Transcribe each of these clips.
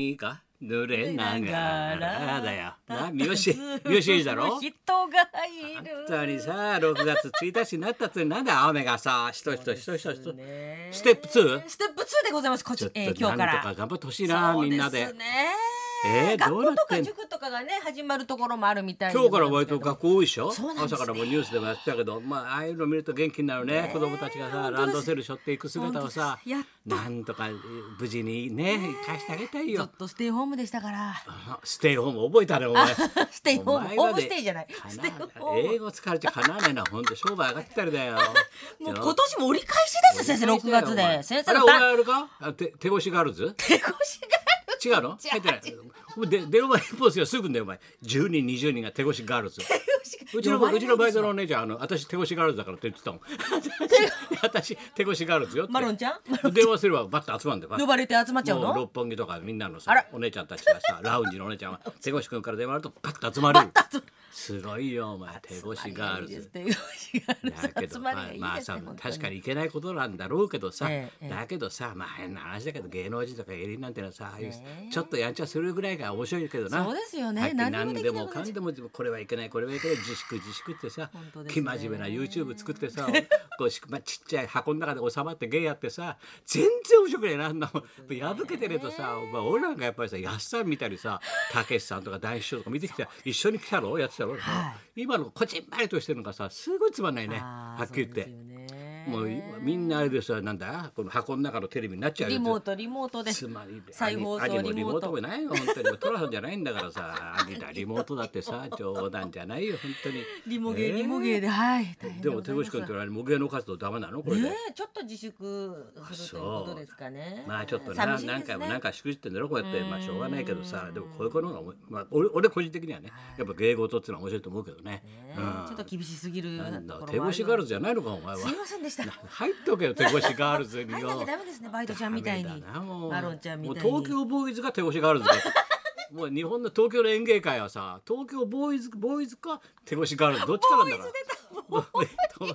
いいか濡れながらだよ。な、三好、 三好吉いいだろ人がいる本当にさ、6月1日になったつになんだよ雨がさ、ひとひとひとひとひと。ねステップ 2? ステップ2でございますこっちょちっ、えー、と今日かなんとらか頑張ってほしいな、みんなそうで。すねえー学どうな校っとてかん塾とかがね始まるところもあるみたいで今日から割と学校多いでしょそうなんで朝すねからもうニュースでもやってたけど、まあ、ああいうの見ると元気になるね、子供たちがさ本当ですランドセル背負っていく姿をさ本当ですやっなんとか無事にね返してあげたいずっよとステイホームでしたからあステイホーム覚えたねお前 ステイホームホームステイじゃないかなステイホーム英語疲れちゃかなわねえな本当商売上がってきたりだよ もう今年も折り返しです先生6月で先生あれのお前たあれかあて手越しガールズ手越しがある違う の入ってないで電話一本ですよすぐんだよお前10人20人が手越しガール ズ手越しがうちの呼ばうれないちんですよのバイトのお姉ちゃんあの私手越しガールズだからって言ってた もん 私手越しガールズよってマロンちゃんマ電話すればバッと集まるんだよ バッと 呼ばれて集まっちゃうもうの六本木とかみんなのあらさお姉ちゃんたちが さラウンジのお姉ちゃんは手越君から電話あるとパッと集まるすごいよお前手越しガールズ手越しガールだけズ集どままりがあいいまあですさね本当確かにいけないことなんだろうけどさええええだけどさまあ変な話だけど芸能人とか芸人なんてのはさああいうちょっとやんちゃするぐらいが面白いけどなそうですよねはっきり何にも何できでなくなっもちゃかうんでもこれはいけないこれはいけない自粛自粛ってさ本当です生ね真面目な YouTube 作ってさこうし まあちっちゃい箱の中で収まって芸やってさ全然面白くないなあんなもんやぶけてるとさまあ俺なんかやっぱりさやっさん見たりさたけしさんとか大師匠とか見てきて一緒に来たろやってたろ今のこじんまりとしてるのがさすごいつまんないねあはーっきり言ってそ。うですよねもうみんなあれでさなんだこの箱の中のテレビになっちゃうよリモートリモートでつまり再放兄も送リリモモーートトもないよ本当にもうトラさんじゃないんだからさ兄 だリモートだってさ冗談じゃないよ本当にリモゲーねえリモゲーではい大変でごもざ手いま越す君ってのはもう芸能活動ダメなのこれで、ねえちょっと自粛するということですかねまあちょっとな、寂しいです何ね回も何回しくじってんだろこうやってまあしょうがないけどさでもこういう子の方がおも、まあ、俺俺個人的にはねやっぱ芸事ってのは面白いと思うけどねねうちょっと厳しすぎるん、なんとだころもあ手るの越しガールズじゃないのかお前はすいませんでした入っとけよ手越しガールズに入んなきゃよダメですねバイトちゃんみたいダメにだなもうマロンちゃんみたいにもう東京ボーイズが手越しガールズだよ もう日本の東京の演芸界はさ東京ボーイズボーイズか手越しガールズどっちかなんだからボーイズ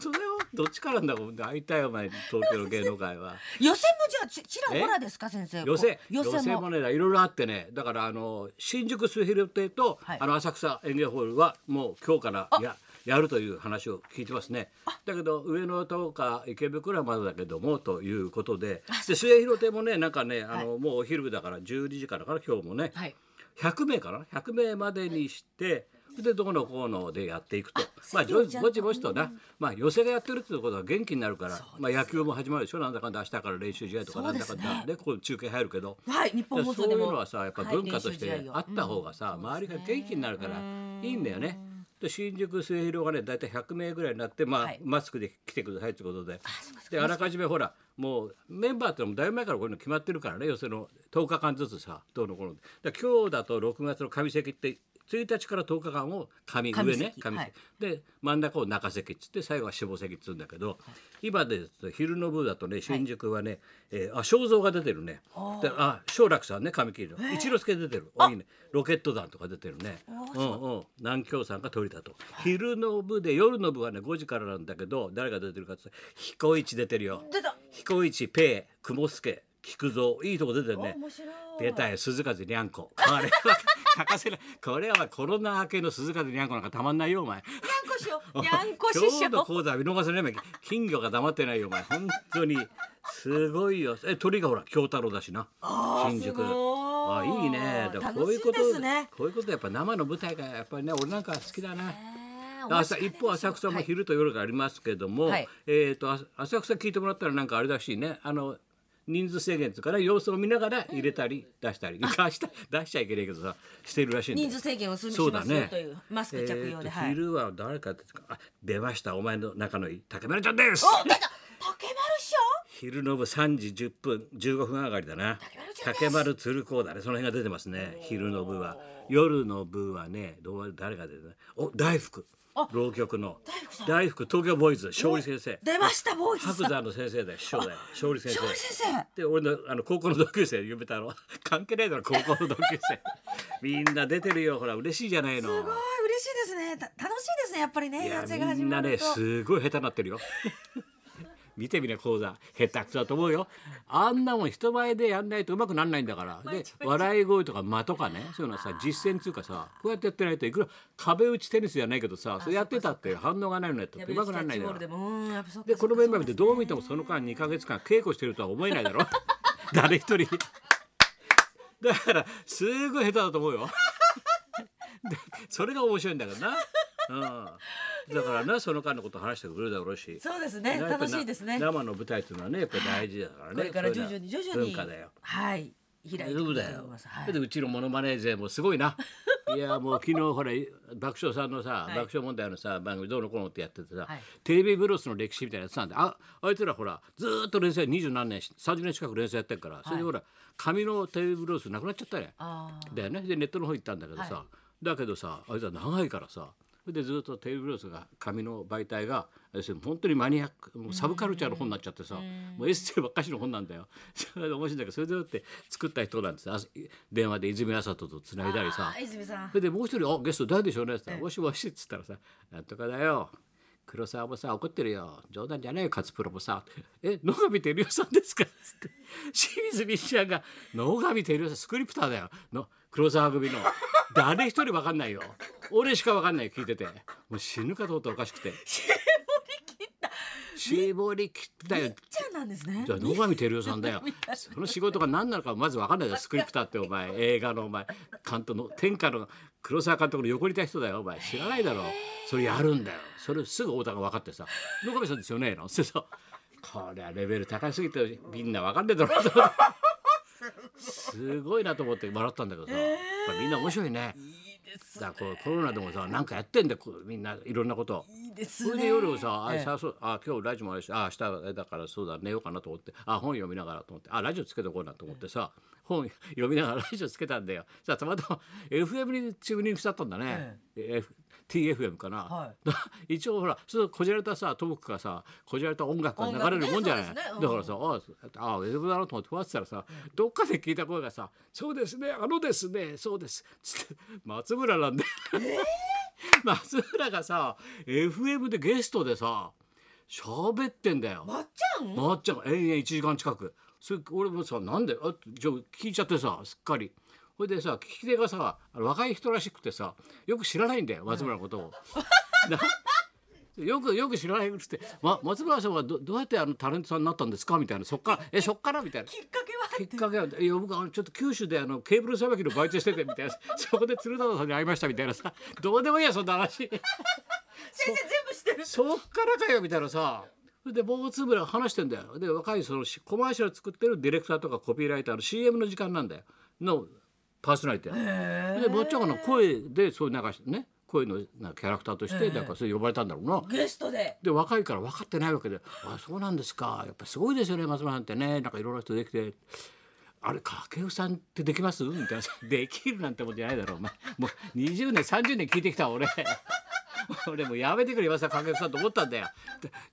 それは どっちからなんだろう会いたいお前東京の芸能界は予選もじゃあちちらほらですか先生寄せこう寄予せ選ももねいろいろあってねだからあの新宿末広亭と、はいあの浅草演芸ホールはもう今日からややるという話を聞いてますねだけど上野とか池袋はまだだけどもということでで末広亭もねなんかねあの、もうお昼だから12時からから今日もね、はい100名かな100名までにして、でどこのこうのでやっていくとまあそうぼじちゃんぼちぼちとな、まあ、寄せがやってるっていうことは元気になるから、まあ、野球も始まるでしょなんだかんだ明日から練習試合とかそなうんでだかすんねだねここ中継入るけど。はい日だ本からそ放送ういでうものはさやっぱ文化としてあった方がさ、周りが元気になるからいいんだよね。で新宿末広がね大体100名ぐらいになって、まあはいマスクで来てくださいということでであらかじめほらもうメンバーってのもだいぶ前からこういうの決まってるからね寄せの10日間ずつさどうのこうのだから今日だと6月の上席って1日から10日間を上上上席ね上席、はいで真ん中を中席っつって最後は下席っつうんだけど、今ですと昼の部だとね新宿はね、えーあ肖像が出てるねであ正楽さんね神木の、一之輔出てるおいいねロケット団とか出てるねうんうん南京さんが鳥だと昼の部で夜の部はね5時からなんだけど誰が出てるかって言ったら彦一出てるよ出た彦一ペイ雲助菊蔵いいとこ出てるね面白い出たよ鈴風にゃんここれは欠かせないこれはコロナ明けの鈴風にゃんこなんかたまんないよお前にゃんこしようにゃんこし 今日よのう講座は見逃せないめ金魚が黙ってないよお前本当にすごいよえ鳥がほら京太郎だしなあー新宿すごあいいいねだからこういうこ楽しいでとすねこういうことやっぱ生の舞台がやっぱりね俺なんか好きだな。ねえ朝一方浅草もはい昼と夜がありますけども、はいえっ、とあ浅草聞いてもらったらなんかあれらしいねあの人数制限とかね様子を見ながら入れたり出したり、出した出しちゃいけないけどさしてるらしいんだよ人数制限をするしそうまだすよねというマスク着用えでーとはい昼は誰かってあ出ましたお前の仲のいい竹丸ちゃんですお出た竹丸師匠昼の部3時10分15分上がりだな竹丸鶴光だねその辺が出てますね昼の部は夜の部はねどう誰が出てるお大福浪曲の大福東京ボーイズ勝利先生出ましたボーイズ白さん山の先生だよ師匠だよ勝利先生勝利先生で俺のあの高校の同級生呼べたの関係ないだろ高校の同級 生みんな出てるよほら嬉しいじゃないのすごい嬉しいですね。た楽しいですねやっぱりねいや撮影がみ始んまなねると。すごい下手になってるよ 見てみな講座下手くそだと思うよあんなもん人前でやんないとうまくなんないんだからで笑い声とか間とかねそういうのはさ実践っていうかさこうやってやってないといくら壁打ちテニスじゃないけどさそれやってたって反応がないのやったってうまくならないんだからでもうんやっぱそっかでこのメンバー見そてうかどう見てもその間2か月間稽古してるとは思えないだろ 誰一人だからすごい下手だと思うよでそれが面白いんだからな、うん、だからなその間のこと話してくれるだろうしそうですねなやっぱ楽なしいですね生の舞台っていうのはねやっぱり大事だからねこれから徐々にそ徐ういう々に文化だよはい開いていそうくだとよ思います。はだっていうちのモノマネ勢もすごい ないやもう昨日ほら爆笑さんのさ、い爆笑問題のさ番組どうのこうのってやっててさ、はいテレビブロスの歴史みたいなやつなんでああいつらほらずーっと連載二十何年30年近く連載やってるから、それでほら紙のテレビブロスなくなっちゃったねあだよねでネットの方行ったんだけどさ、はだけどさあいつは長いからさそれでずっとテレビブロスが紙の媒体が要するに本当にマニアックもうサブカルチャーの本になっちゃってさもうエッセイばっかしの本なんだよ それで面白いんだけどそれでだって作った人なんてさ電話で泉あさととつないだりさあー泉さん それでもう一人「あゲスト誰でしょうね」って言ったら「もしもし」っつったらさ「なんとかだよ黒沢もさ怒ってるよ冗談じゃないよ勝プロもさ」え野上照代さんですか?」っつって清水美智ちゃんが「野上照代さんスクリプターだよの黒沢組の誰一人分かんないよ俺しか分かんない聞いててもう死ぬかと思っておかしくて絞り切った絞り切ったよちゃんなんですねじゃあ野上照代さんだよ。その仕事が何なのかまず分かんないだろスクリプターってお前映画のお前監督の天下の黒沢監督の横にいた人だよお前知らないだろそれやるんだよそれすぐ太田が分かってさ「野上さんですよね」なんてさこれはレベル高すぎてみんな分かんねえだろうと思ってすごいなと思って笑ったんだけどさ、やっぱみんな面白いね。いいですさこうコロナでもさなんかやってんだよこうみんないろんなこと。いいですそれねで夜さ、あええさそうあ今日ラジオもあるし、あ明日だからそうだ寝ようかなと思って、あ本読みながらと思って、あラジオつけとこうなと思ってさ、本読みながらラ ジオつけたんだよ。さ たまたま FM にチューニングしちゃったんだね。F TFM かな、は 一応ほらそのこじられたさトークがさこじられた音楽が流れるもんじゃない、音楽ねそうですねうんだからさああ FM だなと思ってふわってたらさ、どっかで聞いた声がさ「そうですねあのですねそうです」つって松村なんで 松浦がさ FM でゲストでさ喋ってんだよ。まっちゃんまっちゃんが延々1時間近くそれ俺もさなんであじゃあ聞いちゃってさすっかりそれでさ聞き手がさあの若い人らしくてさよく知らないんだよ松村のことを。なよくよく知らないくって、ま、松村さんはどどうやってあのタレントさんになったんですかみたいなそっからえそっからみたいなきっかけはきっかけは「いや僕あのちょっと九州であのケーブルさばきのバイトしてて」みたいな「そこで鶴太郎さんに会いました」みたいなさどうでもいいやそんな話先生全部してるそっからかよみたいなさそれで坊津村が話してんだよで若いそのしコマーシャル作ってるディレクターとかコピーライターの CM の時間なんだよのパーソナリティなので坊ちゃんの声でそういうなんかね声のなんかキャラクターとしてなんかそれ呼ばれたんだろうな。ゲストでで若いから分かってないわけで「あそうなんですかやっぱすごいですよね松村さんってねなんかいろんな人できてあれ掛布さんってできます?」 みたいな「できるなんてもんじゃないだろうお前もう20年30年聞いてきた俺。 俺もうやめてくれ今さ掛布さんと思ったんだよ。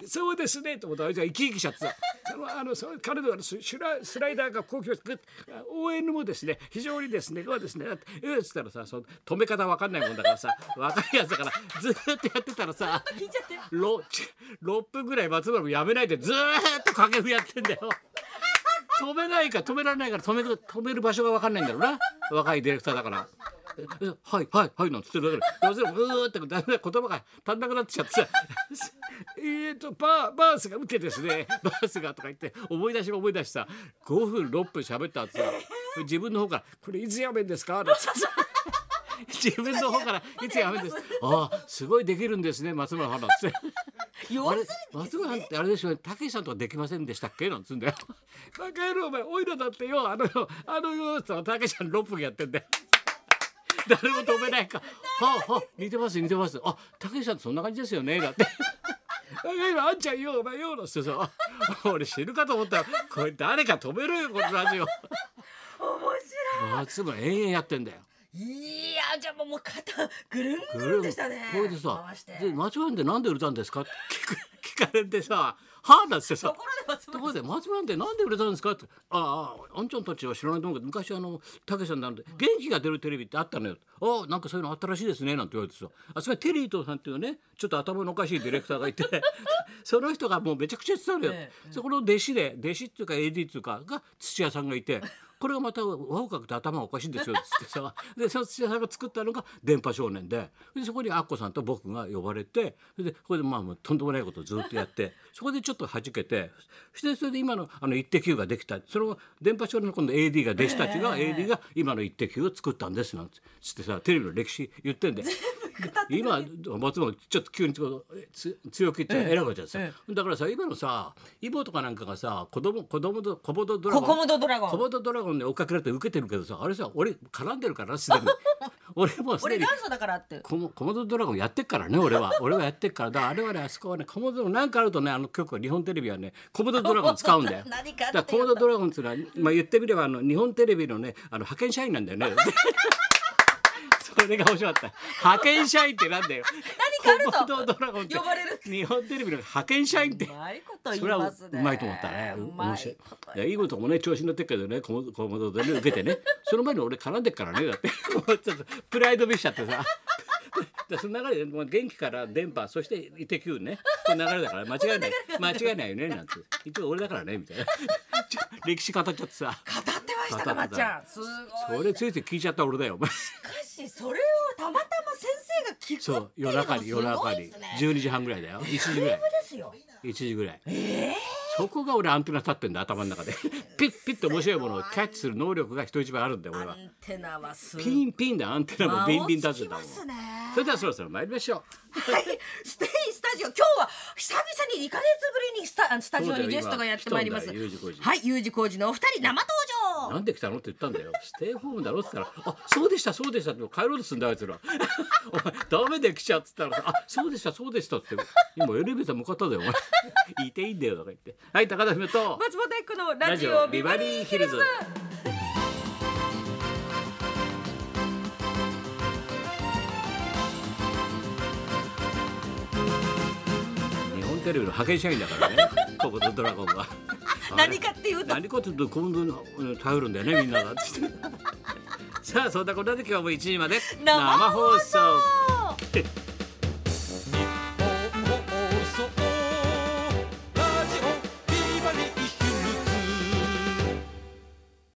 でそうですねと思ったらあいつが生き生きしちゃってさそのあのその彼のあのスシュラスライダーがこうきまして応援もですね非常にですねこうですねだってえーっつったらさその止め方わかんないもんだからさ若いやつだからずーっとやってたらさ聞いちゃってろち6分ぐらい松村もやめないでずーっと掛布やってんだよ止めないから止められないから止める止める場所が分かんないんだろうな若いディレクターだから。ええはいはいはいなんつってるだけで要するにうーってだんだん言葉が足んなくなってきちゃってさえっとバーバースが打ってですねバースがとか言って思い出しが思い出しさ5分6分喋った後さ自分の方から「これいつやめんですか?」なんてさ自分の方から「いつやめんですか?」ああすごいできるんですね松村花って。弱あすれぎ松村さんってあれですよねたけしさんとかできませんでしたっけなんつうん だよ「バカ野郎お前おいらだってよあのよあのよ」ってたけしさん6分やって んだよ誰も止めないか「はあはあ似てます似てますあたけしさんってそんな感じですよね」だ って。あ今あんちゃんよお前よなんつってさ 俺死ぬかと思ったらこれ誰か止めろよこのラジオ面白松村延々やってんだよいいやじゃあもうもう肩ぐるんぐこるんでしたねれでさ回してで松村でなんで売れたんですか?」って聞く聞かれてさ「はあだってさ。ところで松と村ころで松村ってなんで売れたんですかって「あああんちゃんたちは知らないと思うけど昔あのたけしさんなんで元気が出るテレビってあったのよ」ああなんかそういうのあったらしいですね」なんて言われてさあそこにテリー伊藤さんっていうねちょっと頭のおかしいディレクターがいて その人がもうめちゃくちゃ言ってたのよ。えそこの弟子で弟子っていうか AD っていうかが土屋さんがいて。これがまた輪をかくて頭おかしいんですよっつってさでその土屋さんが作ったのが「電波少年で」でそこにアッコさんと僕が呼ばれてそれでこれでまあもうとんでもないことをずっとやってそこでちょっと弾けてそしてそれで今の「あのイッテ Q!」ができたそれを電波少年の今度 AD が弟子たちが AD が今の「イッテ Q!」を作ったんですなんつってさテレビの歴史言ってんで。今松本ちょっと急にこうえつ強く言って偉くなっちゃってさ、えだからさ今のさイボとかなんかがさ子供子供とコボドドラコゴンコモドドラゴコンボドドラゴンで追っかけられて受けてるけどさあれさ俺絡んでるからなす でに俺もうす俺でに元祖だからってコモコモドドラゴンやってっからね俺は 俺はやってっからだからあれはねあそこはねコモドドなんかあるとねあの曲は日本テレビはねコモドドラゴン使うんだよ 何かあってよだからコモドドラゴンっていうのは、まあ、言ってみればあの日本テレビのねあの派遣社員なんだ よねそれが面白かった派遣社員ってなんだよ 何かあコるとモドドラゴンって呼ばれる日本テレビの派遣社員ってうまいこと言いそれはますねうまいと思ったね。ううま面い白いこといやいいこともね調子に乗ってっけどね、ここもどでね受けて ね。その前に俺絡んでっからねだって。 もうちょっとプライド見しちゃってさ。 でその流れでもう元気から電波そしてイテ Q ね。この流れだから間 違いない間違いないよねなんて。一応俺だからねみたいな。 ちょ歴史語っちゃってさ。語ってましたかまっちゃんすごいそれついつい聞いちゃった俺だよお前。しかしそれをたまたま先生が聞くそう夜中に夜中に十12時半ぐらいだよ。1時ぐらい。ですよ1時ぐらい、そこが俺アンテナ立ってんだ頭の 中でピッピッと面白いものをキャッチする能力が人一倍あるんだよア俺はンテナはすごいピンピンでアンテナもビンビン立つんだもん、間をつきますねそれではそろそろ参りましょはい、ステイスタジオ今日は久々に二ヶ月ぶりにスタスタジオにゲストがやってまいります。そうだよ今来たんだよ U 字工事はい、U 字工事のお二人う生登場。なんで来たのって言ったんだよステイホームだろって言ったら「あそうでしたそうでした」って帰ろうとすんだあいつら「お前ダメで来ちゃ」っつったらさ「あそうでしたそうでした」って今エレベーター向かったんだよお前 いていいんだよとか言ってはい高田姫と松本一子のラジオビバリーヒルズ。日本テレビの派遣社員だから ねこことドラゴンは。何かっていうと何かっていうと今度のうん頼るんだよねみんな がつってさあそんなことで今日も1時まで生放生放送